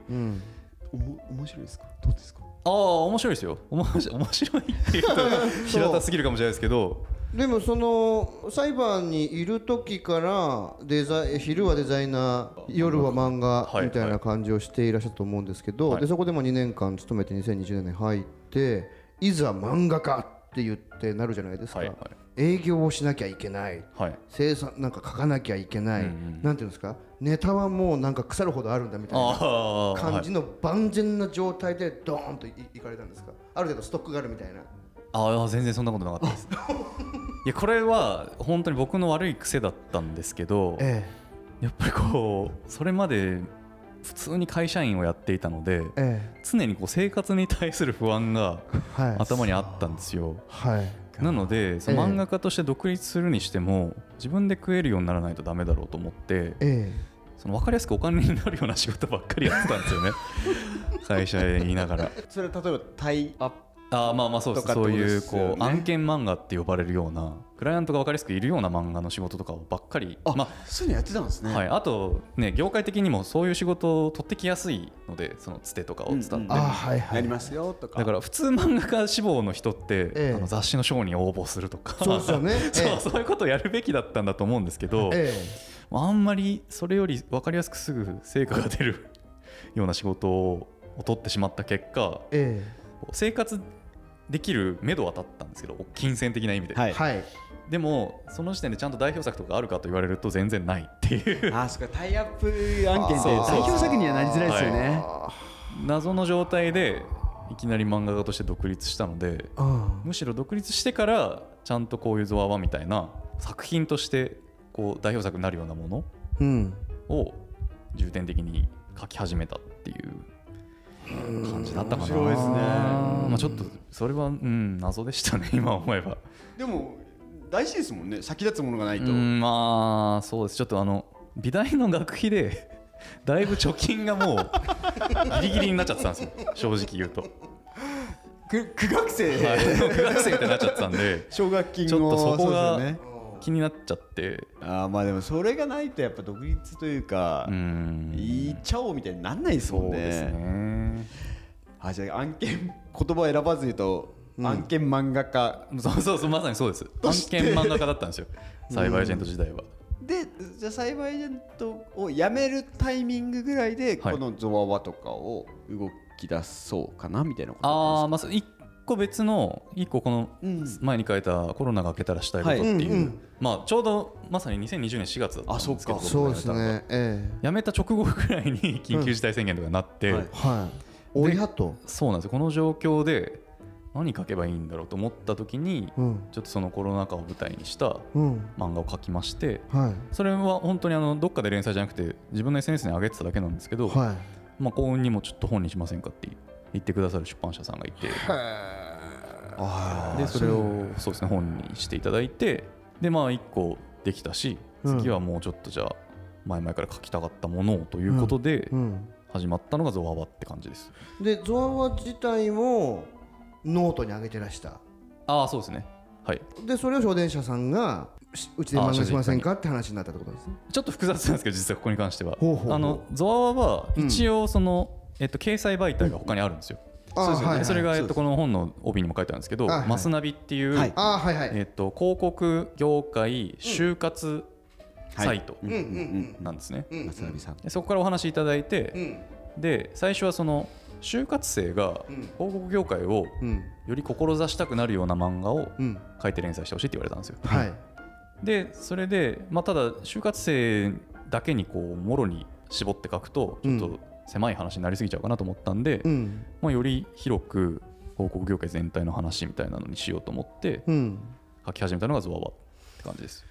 A: うん
B: おも面白いですかどうですか
C: ああ面白いですよ面白い面白いっていうと 平たすぎるかもしれないですけど
A: でもその裁判にいる時からデザイ昼はデザイナー夜は漫画
C: はい
A: みたいな感じをしていらっしゃると思うんですけど、
C: はい
A: でそこでも2年間勤めて2020年に入っていざ漫画家って言ってなるじゃないですか、
C: はいはい
A: 営業をしなきゃいけない
C: はい
A: 生産なんか書かなきゃいけない、
C: うんうん
A: なんていうんですかネタはもうなんか腐るほどあるんだみたいな
C: ああは
A: 感
C: い
A: じの万全な状態でドーンといいかれたんですかある程度ストックがあるみたいな
C: ああ全然そんなことなかったですいやこれは本当に僕の悪い癖だったんですけど
A: え
C: やっぱりこうそれまで普通に会社員をやっていたので
A: ええ
C: 常にこう生活に対する不安が
A: えはい
C: 頭にあったんですよ。
A: はい
C: なのでその漫画家として独立するにしても自分で食えるようにならないとダメだろうと思って
A: え
C: その分かりやすくお金になるような仕事ばっかりやってたんで すよね会社にいながら。
B: それは例えばタイアッ
C: あーまあまあそうです
B: とかっ
C: そう
B: てこと
C: い
B: で
C: う
B: すよね
C: こう案件漫画って呼ばれるようなクライアントが分かりやすくいるような漫画の仕事とかをばっかり
B: あ
C: まあ
B: プそういうのやってたんですね、
C: はい、あとね業界的にもそういう仕事を取ってきやすいのでそのつてとかを伝って、
B: うんうん
A: あはいはい
B: やりますよとか
C: だから普通漫画家志望の人って、
A: ええ
C: あの雑誌の賞に応募するとか
A: そうですよ ね
C: そう
A: ええ
C: そういうことをやるべきだったんだと思うんですけど、
A: え
C: あんまりそれより分かりやすくすぐ成果が出るような仕事を取ってしまった結果
A: ええ
C: 生活できる目処は立ったんですけど金銭的な意味で、
A: えはい
C: でもその時点でちゃんと代表作とかあるかと言われると全然ないっていう
B: あそっかタイアップ案件
C: そう
B: で
C: そう
B: 代表作にはなりづらい
C: い
B: ですよね、
A: あ
C: 謎の状態でいきなり漫画家として独立したので
A: ーうん
C: むしろ独立してからちゃんとこういうゾワワみたいな作品としてこう代表作になるようなもの
A: うん
C: を重点的に書き始めたっていう感じだったかな
B: 面白いですね
C: まあ、ちょっとそれはうん謎でしたね今思えば
B: でも大事ですもんね先立つものがないうと、
C: んまあそうですちょっとあの美大の学費で だいぶ貯金がもう ギリギリになっちゃってたんですよ正直言うと、
B: く 苦学生、
C: はい、苦学生ってなっちゃってたんで
B: 奨学金
C: ちょっとそこが
B: そうですよね
C: 気になっちゃって
B: あーまあでもそれがないとやっぱ独立というか、
C: うん
B: いっちゃおうみたいになんないですも
C: そ
B: ん
C: う
B: ね
C: ですね
B: あじゃあ案件言葉を選ばず言うと、案件漫画家
C: そうそうそうまさにそうです案件漫画家だったんですよ栽培エージェント時代は、
B: でじゃあ栽培エージェントを辞めるタイミングぐらいで、
C: はい
B: このゾワワとかを動き出そうかなみたいなこと
C: あ
B: な
C: あ
B: ん
C: まあそう一個別の一個この
B: うん
C: 前に書いた「コロナが明けたらしたいこと」っていう、
A: はいうんうん
C: まあちょうどまさに2020年4月だったんですけど
B: あ
C: 僕が
A: そうで
C: 辞め
A: す
C: たのが
A: ねえ
C: 辞めた直後ぐらいに 緊急事態宣言とかになって、
B: はい
A: えはいおやと
C: そうなんですよこの状況で何書けばいいんだろうと思った時に、
A: うん
C: ちょっとそのコロナ禍を舞台にした
A: うん
C: 漫画を書きまして
A: はい
C: それは本当にあのどっかで連載じゃなくて自分の SNS に上げてただけなんですけど、
A: はい
C: まあ、幸運にもちょっと本にしませんかって言ってくださる出版社さんがいてでそれをそうですね本にしていただいてでまあ1個できたし
A: うん
C: 次はもうちょっとじゃあ前々から書きたかったものをということで
A: うん
C: 始まったのがゾワワって感じです
A: でゾワワ自体もノートに上げてらした
C: ああそうですねはい
A: でそれを小電車さんがしうちで漫画しませんかって話になったってことですね
C: ちょっと複雑なんですけど実はここに関しては
A: ほうほうほう
C: あのゾワワは一応その、えっと、掲載媒体が他にあるんですよ、
A: あ
B: そうですよね
A: はいはい
C: それが、えっ
B: そうで
C: と、
B: す
C: この本の帯にも書いてあるんですけど
A: はいは
C: 「
A: い
C: マスナビ」っていう、
B: はい
A: あーはいはい、
C: えっと、広告業界就活サイト
B: うんうんうん
C: なんですね。
A: うん
B: 松並さん
C: でそこからお話しいただいて、
A: うん
C: で最初はその就活生が
A: うん
C: 広告業界を
A: うん
C: より志したくなるような漫画を
A: うん
C: 書いて連載してほしいって言われたんですよ。
A: はい
C: でそれで、まあ、ただ就活生だけにこうもろに絞って書くとちょっ
A: うん
C: と狭い話になりすぎちゃうかなと思ったんで、
A: うん
C: まあ、より広く広告業界全体の話みたいなのにしようと思って
A: うん
C: 書き始めたのがゾワワって感じです。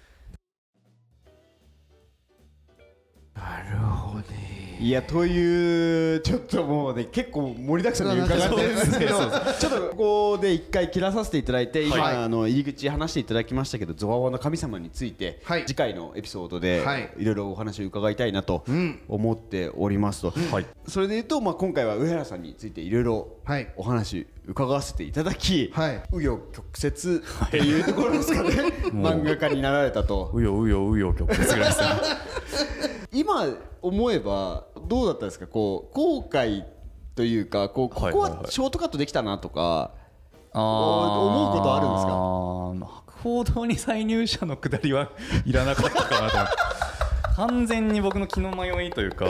A: なるほどね
B: いやというちょっともうね結構盛りだくさんで伺ってるんですけどちょっとここで一回切らさせていただいて
A: はい
B: 今あの入り口話していただきましたけどゾワワの神様について
A: はい
B: 次回のエピソード
A: はい
B: でいろいろお話を伺いたいなと
A: うん
B: 思っておりますと
C: はい
B: それで言うとまあ今回は上原さんについていろいろ
A: はい
B: お話伺わせていただき
A: はい
B: 紆余曲折っていうところですか ね
C: もう
B: 漫画家になられたと
C: うようようよ曲折ぐらいですね
B: 今思えばどうだったんですかこう後悔というかこうこ
C: はい
B: こ
C: はいはい
B: はショートカットできたなとか
C: あー
B: 思うことあるんですか
C: あー白報堂に再入社のくだりはい らなかったかなと思って完全に僕の気の迷いというか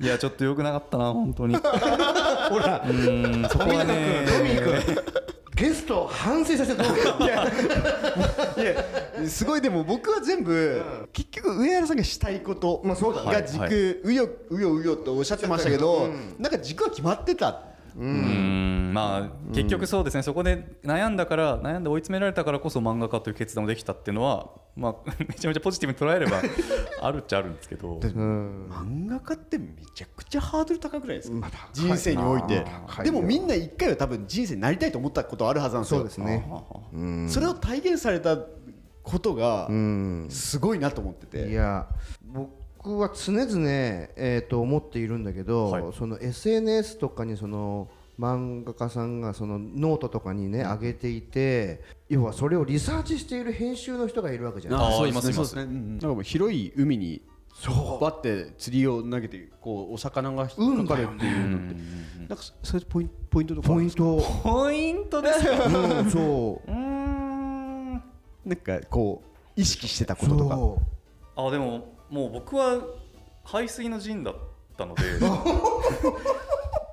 C: いやちょっと良くなかったな本当にほらうーんそこはね
A: ゲストを反省させてどうか
B: いやすごいでも僕は全部結局上原さんがしたいこと
A: まあそうだね
B: が軸
C: はいは
B: うようようよとおっしゃってましたけ
A: おっ
B: ど
A: しゃってたけど
B: なんか軸は決まってた
C: うーんまあ結局そうですねそこで悩んだから悩んで追い詰められたからこそ漫画家という決断もできたっていうのはまあ めちゃめちゃポジティブに捉えればあるっちゃあるんですけど
A: うん
B: 漫画家ってめちゃくちゃハードル高くないですか
A: まあ高いな
B: 人生において
A: 高い
B: で
A: よ
B: もみんな一回は多分人生になりたいと思ったことあるはずなんですよ
A: そうですねうん
B: それを体現されたことが
A: うん
B: すごいなと思ってて
A: いや僕は常々、えー、と思っているんだけど、
C: はい
A: その SNS とかにその漫画家さんがそのノートとかにね上げていて要はそれをリサーチしている編集の人がいるわけじゃない
C: あー
B: そう
C: いますいます
B: そうですねうんなんかもう広い海にバッて釣りを投げてこうお魚が引っかかるっていうのってなんかそそれポインポイントとかあ
A: ポ
B: る
A: イ
B: ん
A: ン
B: ですか
A: ト、
C: ポイントですか
A: うん、そう
C: うーん
B: なんかこう意識してたこ
A: そ
B: と
A: う
B: とか
C: あでももう僕は排水の陣だったので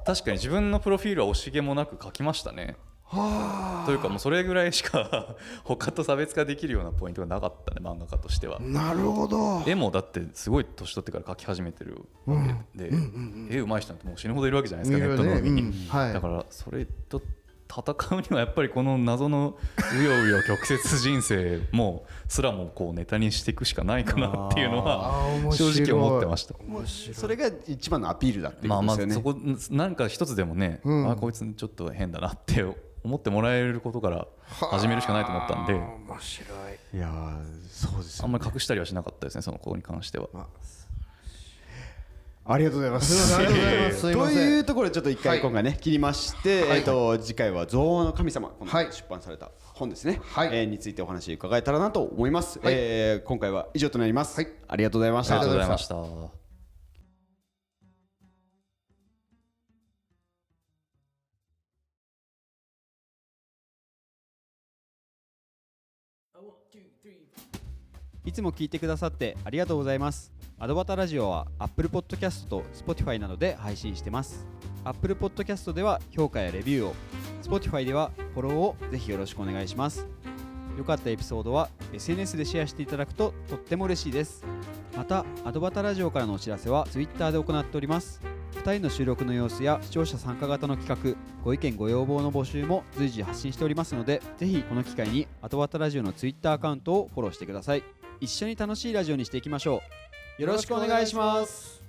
C: 確かに自分のプロフィールは惜しげもなく書きましたね
A: は
C: というかもうそれぐらいしか 他と差別化できるようなポイントがなかったね漫画家としては
A: あなるほど
C: 絵もだってすごい年取ってから描き始めてるわけで、絵うまい人なんてもう死ぬほどいるわけじゃないですかネットの海に、
A: うんはい、
C: だからそれと戦うにはやっぱりこの謎のうようよ曲折人生もすらもこうネタにしていくしかないかなっていうのは
A: あー面白い
C: 正直思ってました。
A: 面白い
B: それが一番のアピールだっていう
C: ま
B: ことで
C: あます
B: よ
C: あ
B: ね
C: そこなんか一つでもね、
A: うん
C: あこいつちょっと変だなって思ってもらえることから始めるしかないと思ったんで
A: あー面白い
B: いやーそうです
C: あ
B: よ
C: んまり隠したりはしなかったですねその子に関しては。
B: ありがとうございます
A: いませんありがとうございますすい ま
B: と
A: せん
B: いうところでちょっと一
A: は
B: 回
A: い
B: 今回ね切りまして
A: はい
B: えっと次回は「造の神様」この
A: はい
B: 出版された本ですね
A: はい
B: えーについてお話伺えたらなと思います
A: はい
B: えー今回は以上となります
A: はい
B: ありがとうございまし
C: ありが
B: た
C: とうございました。
E: いつも聞いてくださってありがとうございます。アドバタラジオは Apple Podcast と Spotify などで配信してます。Apple Podcast では評価やレビューを、Spotify ではフォローをぜひよろしくお願いします。良かったエピソードは SNS でシェアしていただくととっても嬉しいです。また、アドバタラジオからのお知らせは Twitter で行っております。2人の収録の様子や視聴者参加型の企画、ご意見ご要望の募集も随時発信しておりますので、ぜひこの機会にアドバタラジオの Twitter アカウントをフォローしてください。一緒に楽しいラジオにしていきましょうよろしくお願いします